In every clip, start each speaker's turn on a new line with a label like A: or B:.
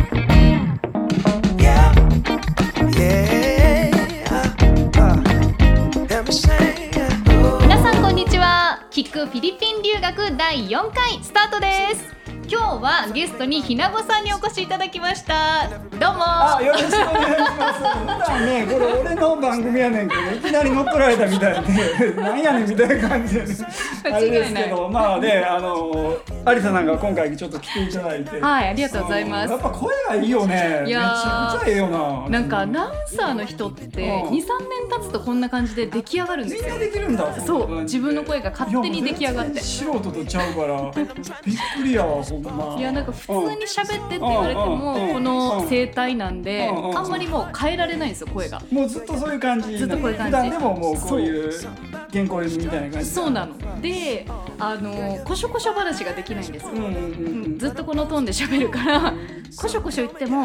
A: Uh,
B: 第4回スタートです今日はゲストにひなごさんにお越しいただきましたどうも
C: あ、よろしくお願いします。普段ね、これ俺の番組やねんけど、いきなり乗っ取られたみたいで、 なんやねんみたいな感じで、 ね、あれですけど、まあね、あの、有田さんが今回ちょっと来ていただいて。
B: はいありがとうございます
C: やっぱ声がいいよね。
B: い
C: めち
B: や
C: ゃ
B: ー
C: くちゃええよな。
B: なんかアナウンサーの人って23
C: う
B: 年
C: ん
B: 経つとこんな感じで出来上がるんで
C: み
B: す
C: んな
B: よ
C: できるんだ。
B: そう自分の声が勝手に出来上がって
C: いやもう全然素人とちゃうから、びっくりやわ、ほんま。
B: いやなんか普通に喋ってって言われても
C: うんうん
B: この声帯なんで
C: うんうん
B: あんまりもう変えられないんですよ声が
C: もうずっとそういう感じ
B: ずっとこういう感じ
C: 普段でももうこういう原稿みたいな感じ
B: そうなのであのこしょこしょ話ができないんですよ
C: うんうんうんう
B: うんんずっとこのトーンで喋るからこしょこしょ言ってもあ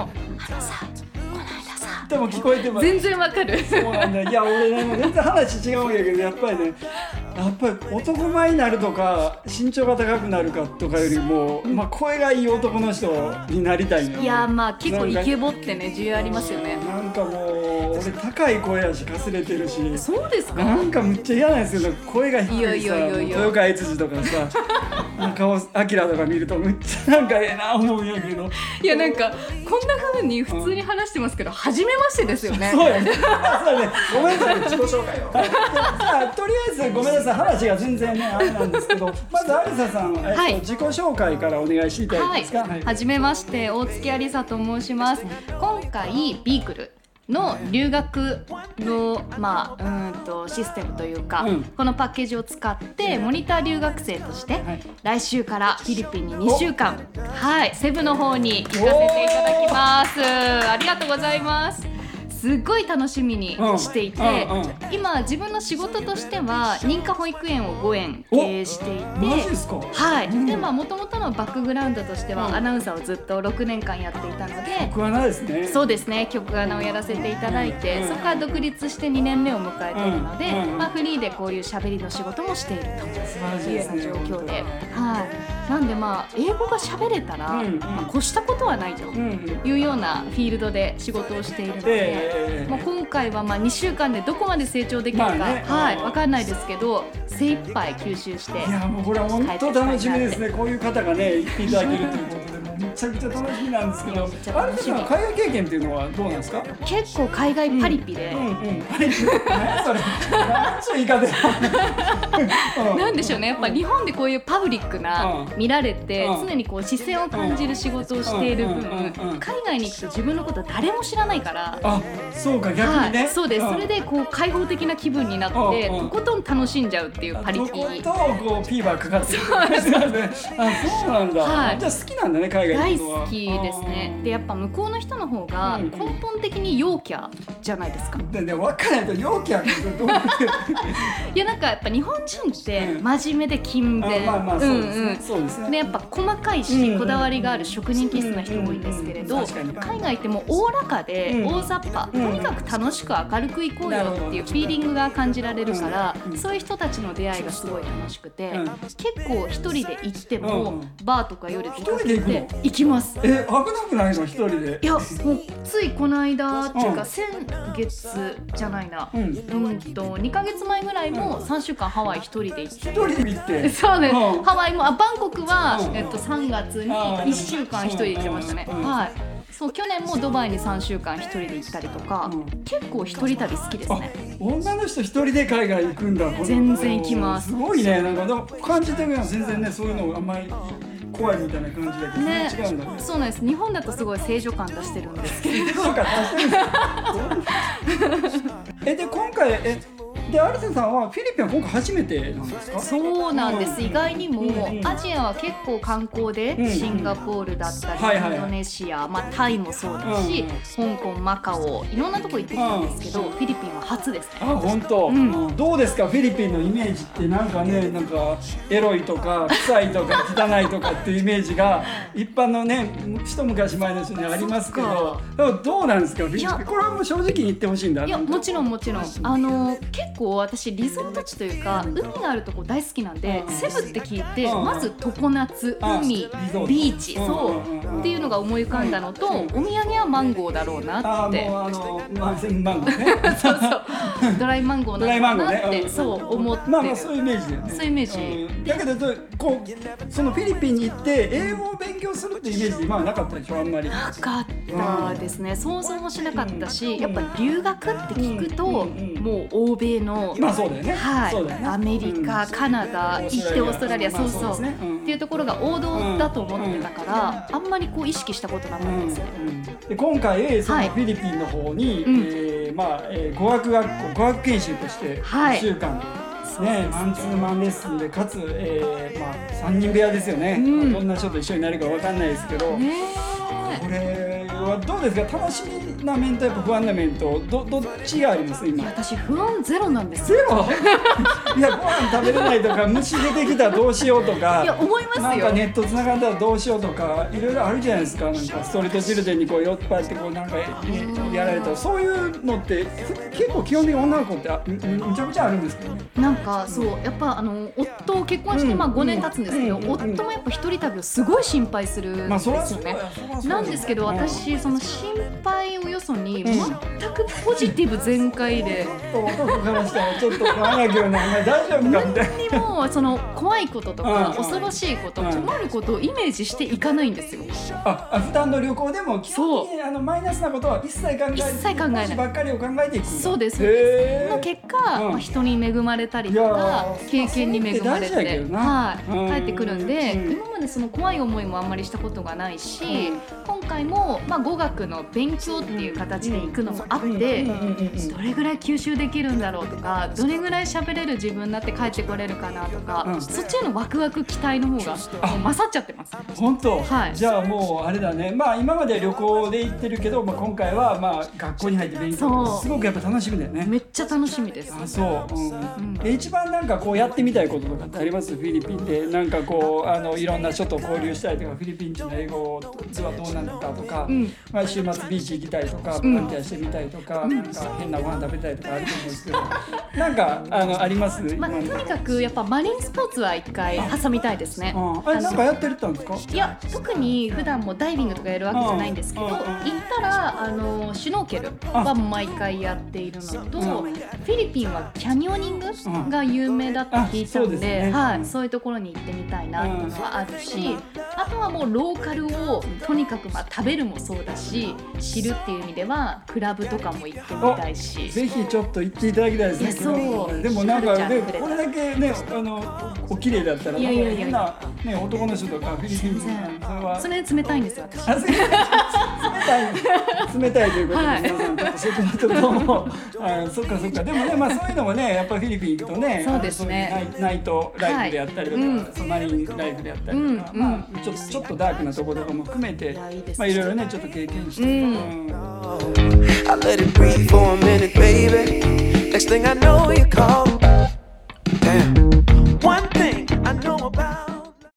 B: のさこの間さ
C: でも聞こえてます
B: 全然わかる
C: そうなんだよいや俺ねもう全然話違うんやけどやっぱりねやっぱり男前になるとか身長が高くなるかとかよりも、まあ、声がいい男の人になりたいのよ
B: いやーまあ結構イケボってね重要ありますよね
C: なんかもう俺高い声やしかすれてるし
B: そうですか
C: なんかむっちゃ嫌なんですよ声が低いさ
B: いやいやいやいや
C: 豊川悦司とかさ なんかあきらとか見るとむっちゃなんかええな思うんやけど
B: いやなんかこんな風に普通に話してますけど初めましてですよね
C: そうやね。そうやね。ごめんなさい。
A: 自己紹介を。
C: さ あとりあえずごめんなさい話が全然ねあれなんです けどまず有沙さん、えっと
B: はい
C: 自己紹介からお願いしていただいていいですか、
B: はい、はじめまして大月ありさと申します今回ビークルの留学の、まあ、うーんとシステムというか、
C: うん
B: このパッケージを使ってモニター留学生として、
C: はい
B: 来週からフィリピンに2週間はいセブの方に行かせていただきますありがとうございますすっごい楽しみにしていて、
C: うんうんうん
B: 今自分の仕事としては認可保育園を5園経営していて
C: マジですか
B: はい、
C: うん
B: でまあもともとのバックグラウンドとしては、
C: うん
B: アナウンサーをずっと6年間やっていたので
C: 僕はなですね
B: そうですね曲穴をやらせていただいて、
C: うん
B: そこから独立して2年目を迎えているので、
C: うんうん
B: まあ、フリーでこういう喋りの仕事もしている
C: 素晴らし
B: と
C: い
B: いう
C: で
B: よう
C: す
B: な
C: ね
B: 状況で、
C: 本
B: はい、なんでまあ英語が喋れたら、
C: うんうん
B: まあ、越したことはないと
C: 当にうん
B: いうようなフィールドで仕事をしているので。
C: ええ
B: もう今回はまあ2週間でどこまで成長できるか、
C: まあね
B: はい、分かんないですけど精一杯吸収して
C: いやもうこれは本当楽しみですねこういう方がね行っていただけるということでもうめちゃくちゃ楽しみなんですけ
B: め
C: ど
B: っちゃ楽しみ
C: 有沙さん海外経験っていうのはどうなんですか
B: 結構海外パリピで、
C: うんうんあれ 何それ何ちゅう言い方 やうん
B: なんでしょうねやっぱ日本でこういうパブリックな
C: う
B: 見られて
C: うん
B: 常にこう視線を感じる仕事をしている
C: うんうん
B: 分
C: うんうん
B: 海外に行くと自分のこと誰も知らないから。
C: あそうか逆にね、
B: はい、そうです、
C: ん
B: それでこう開放的な気分になって、
C: うんう
B: と
C: ん
B: ことん楽しんじゃうっていうパリピ
C: どことこうピーバーかかってる感じなんですね。あ、そうなんだ。
B: はい
C: じゃあ好きなんだね海外
B: 大
C: のことは
B: 好きですねでやっぱ向こうの人の方が
C: うん
B: 根本的に陽キャじゃないですか、
C: あーでね分からんと陽キャってどうやって
B: いやなんかやっぱ日本人って
C: うん
B: 真面目で勤
C: あ
B: 勉
C: まあまあそうですね。
B: んん
C: そうですね。
B: ね、やっぱ細かい
C: うんう
B: し
C: ん
B: こだわりがある職人気質な人多いんですけれ
C: うん
B: ど
C: うんうん確かに
B: 海外ってもうおおらかで
C: うん
B: 大雑把と
C: うん
B: にかく楽しく明るくいこうよっていうフィーリングが感じられるから
C: うんうん
B: そういう人たちの出会いがすごい楽しくて
C: うん
B: 結構一人で行って
C: うんう
B: も
C: ん
B: バーとか夜出か
C: 一人
B: け
C: で行くの
B: て行きます。
C: え、危なくないの一人で
B: い。やもうついこの間っていう
C: う
B: か
C: ん
B: 先月じゃないな
C: うん。
B: うんと2ヶ月前ぐらいも3週間ハワイ一人で行って
C: 一人で行って。
B: そうです、
C: うん
B: ハワイもあバンコクは、
C: うん
B: えっと、3月に
C: あー
B: 1週間一人で行ってましたね、
C: うん
B: はいそう去年もドバイに3週間一人で行ったりとか、
C: うん
B: 結構一人旅好きです
C: あ
B: ね、
C: 女の人一人で海外行くんだ。この
B: 全然行きます
C: すごいね。なんかでも感じてるのは全然ねそういうのがあんまり怖いみたいな感じだけど、
B: ね
C: 違うんだね。
B: そうなんです日本だとすごい清浄感出してるんですけど
C: そうか、足してるえ、で、今回、え、で、アルセさんはフィリピンは今回初めてなんですか。
B: そうなんです、
C: うん
B: 意外にも、
C: うんうん
B: アジアは結構観光で、
C: うん
B: シンガポールだったり、
C: はいはい
B: インドネシア、まあ、タイもそうだし、香港マカオいろんなとこ行ってきたんですけど、フィリピンは初ですね
C: あ、本当、
B: うん
C: どうですか、フィリピンのイメージって、なんかね、なんか。エロいとか、臭いとか、汚いとかっていうイメージが、一般のね、一昔前の人にありますけど。でも、どうなんですか、フィリピ
B: いや
C: ン、これはもう正直に言ってほしいんだ。
B: いやもちろんもちろんあの結構構私リゾート地というか海があるとこ大好きなんで、
C: うん
B: セブって聞いて、
C: うん
B: まず常夏
C: あ
B: 海
C: リゾート
B: ビーチ、
C: うん
B: そうっていうのが思い浮かんだのと、
C: うん
B: お土産はマンゴーだろうな
C: あ
B: っ
C: ー
B: て
C: もうあのまあ千万個ね
B: そうそうドライマンゴー
C: ドライマ
B: な
C: ンゴ
B: の
C: ー
B: かなっ
C: ね
B: て、
C: うん
B: そう思ってる、
C: まあまあそういうイメージだよね
B: そういうイメー
C: うんだけどそうこうそのフィリピンに行って英語を勉強するっていうイメージ今はなかったでしょあんまり
B: なかったですね想像もしなかったし、やっぱ留学って聞くと、
C: うん
B: もう欧米の、
C: まあそうだよね
B: はい、
C: そうだよね
B: アメリカ、カナダ
C: オー
B: 行
C: ス
B: っ
C: トラ
B: て
C: リア
B: オーストラリア、
C: まあ
B: そうそう
C: そうですねうん
B: っていうところが王道だと思ってたから、あんまりこう意識したことなかったですね。
C: で今回その
B: はい
C: フィリピンの方に、
B: うん
C: えーまあえー語学学校語学研修として
B: はい
C: 1週間、ね、マンツーマンレッスンでかつ、えーまあ、3人部屋ですよね、
B: うん
C: どんな人と一緒になるかわかんないですけど、
B: ね
C: これはどうですか楽しみな面とやっぱ不安な面とどどっちがあります
B: え
C: 今
B: 私不安ゼロなんです
C: ゼ
B: よ。
C: ロ いやご飯食べれないとか虫出てきたらどうしようとか
B: いや思いますよ
C: なんかネット繋がったらどうしようとかいろいろあるじゃないですかなんかストリートチルドレンにこう酔っ払ってこうなんかねやられたらそういうのって結構基本的に女の子ってあむむむちゃくちゃあるんですけどね
B: なんかそうやっぱあの夫を結婚してまあ
C: うん
B: 5年経つんですけど、
C: うん
B: 夫もやっぱ一人旅をすごい心配するん
C: まあ
B: で
C: そ
B: す
C: れ
B: よ
C: はそうだ
B: ね
C: よ。そらそうだよ
B: なんですけど私その心配をよそに
C: うん
B: 全くポジティブ全開で
C: ちょっと男からしたらちょっと不安やけどなお前大丈夫かみたいな
B: 何にもその怖いことと
C: う
B: か
C: ん
B: 恐ろしいこと
C: うん
B: 困ることをイメージしていかないんですよ。
C: ああ普段の旅行でも基本的にあのマイナスなことは一切考えずに
B: 一切考えない
C: 話ばっかりを考えていくんだ
B: そうですそう
C: へ
B: で
C: ー
B: すの結果、
C: うん
B: まあ、人に恵まれたり
C: い
B: と
C: や
B: か
C: ー
B: 経験に恵まれ
C: それって大事やけ
B: て、
C: どな
B: はい、
C: うん
B: 帰ってくるんで、
C: うん
B: 今までその怖い思いもあんまりしたことがないし、
C: うん
B: 今回も、まあ、語学の勉強っていう形で行くのもあって、
C: うんうんうんうん
B: どれぐらい吸収できるんだろうとかどれぐらい喋れる自分になって帰ってこれるかなとか、
C: うん
B: そっちへのワクワク期待の方がもう勝っちゃってます。
C: 本当、
B: はい
C: じゃあもうあれだねまあ今まで旅行で行ってるけど、まあ、今回はまあ学校に入って勉
B: そ
C: 強
B: う
C: すごくやっぱ楽しみだよね
B: めっちゃ楽しみです。
C: あそう、うん
B: うん
C: え一番なんかこうやってみたいこととかってありますフィリピンでなんかこうあのいろんな人と交流したりとかフィリピン人の英語はどうなんだとか、
B: うん
C: まあ、週末ビーチ行きたいとかボ
B: ん
C: ランティアしてみたいとか,、なんか変なご飯食べたいとかあると思うんですけどなんかあのあります、
B: まあ、と
C: 今の
B: にかくやっぱマリンスポーツは一回挟みたいですね。
C: うん、あれなんかやってるってたんですか
B: いや特に普段もダイビングとかやるわけじゃないんですけど
C: うんうん
B: 行ったらあのシュノーケルは毎回やっているのと
C: う
B: フィリピンはキャニオニングが有名だって聞いた
C: あそうで
B: の
C: す
B: で
C: ね
B: はいそういうところに行ってみたいなっていうのはあるしあとはもうローカルをとにかくまあ食べるもそうだし知るっていう意味ではクラブとかも行ってみたいし。
C: ぜひちょっと行っていただきたいですね。
B: いやそう
C: でもなん
B: し
C: か
B: ゃべ
C: ね
B: っちゃって
C: これだけねあのお綺麗だったら
B: いやいやいや
C: 変なね男の人とかフィリピン人とか
B: そ
C: それは
B: れ冷たいんですよ私
C: あすいません冷たい冷たいということで、
B: はい
C: 皆さんちょっとそこはちょっとも うあそっかそっかでもねまあそういうのもねやっぱフィリピン行くとね
B: そうですね
C: あのそういうナイナイトライフであったりと
B: は
C: か、
B: いうん
C: ソマリンライフであったりとか、
B: うん
C: まあちょっとちょっとダークなところとかも含めて
B: いやいいですね
C: まあいろいろねちょっと経験して、
B: うん
C: うん
A: I let it breathe for a minute.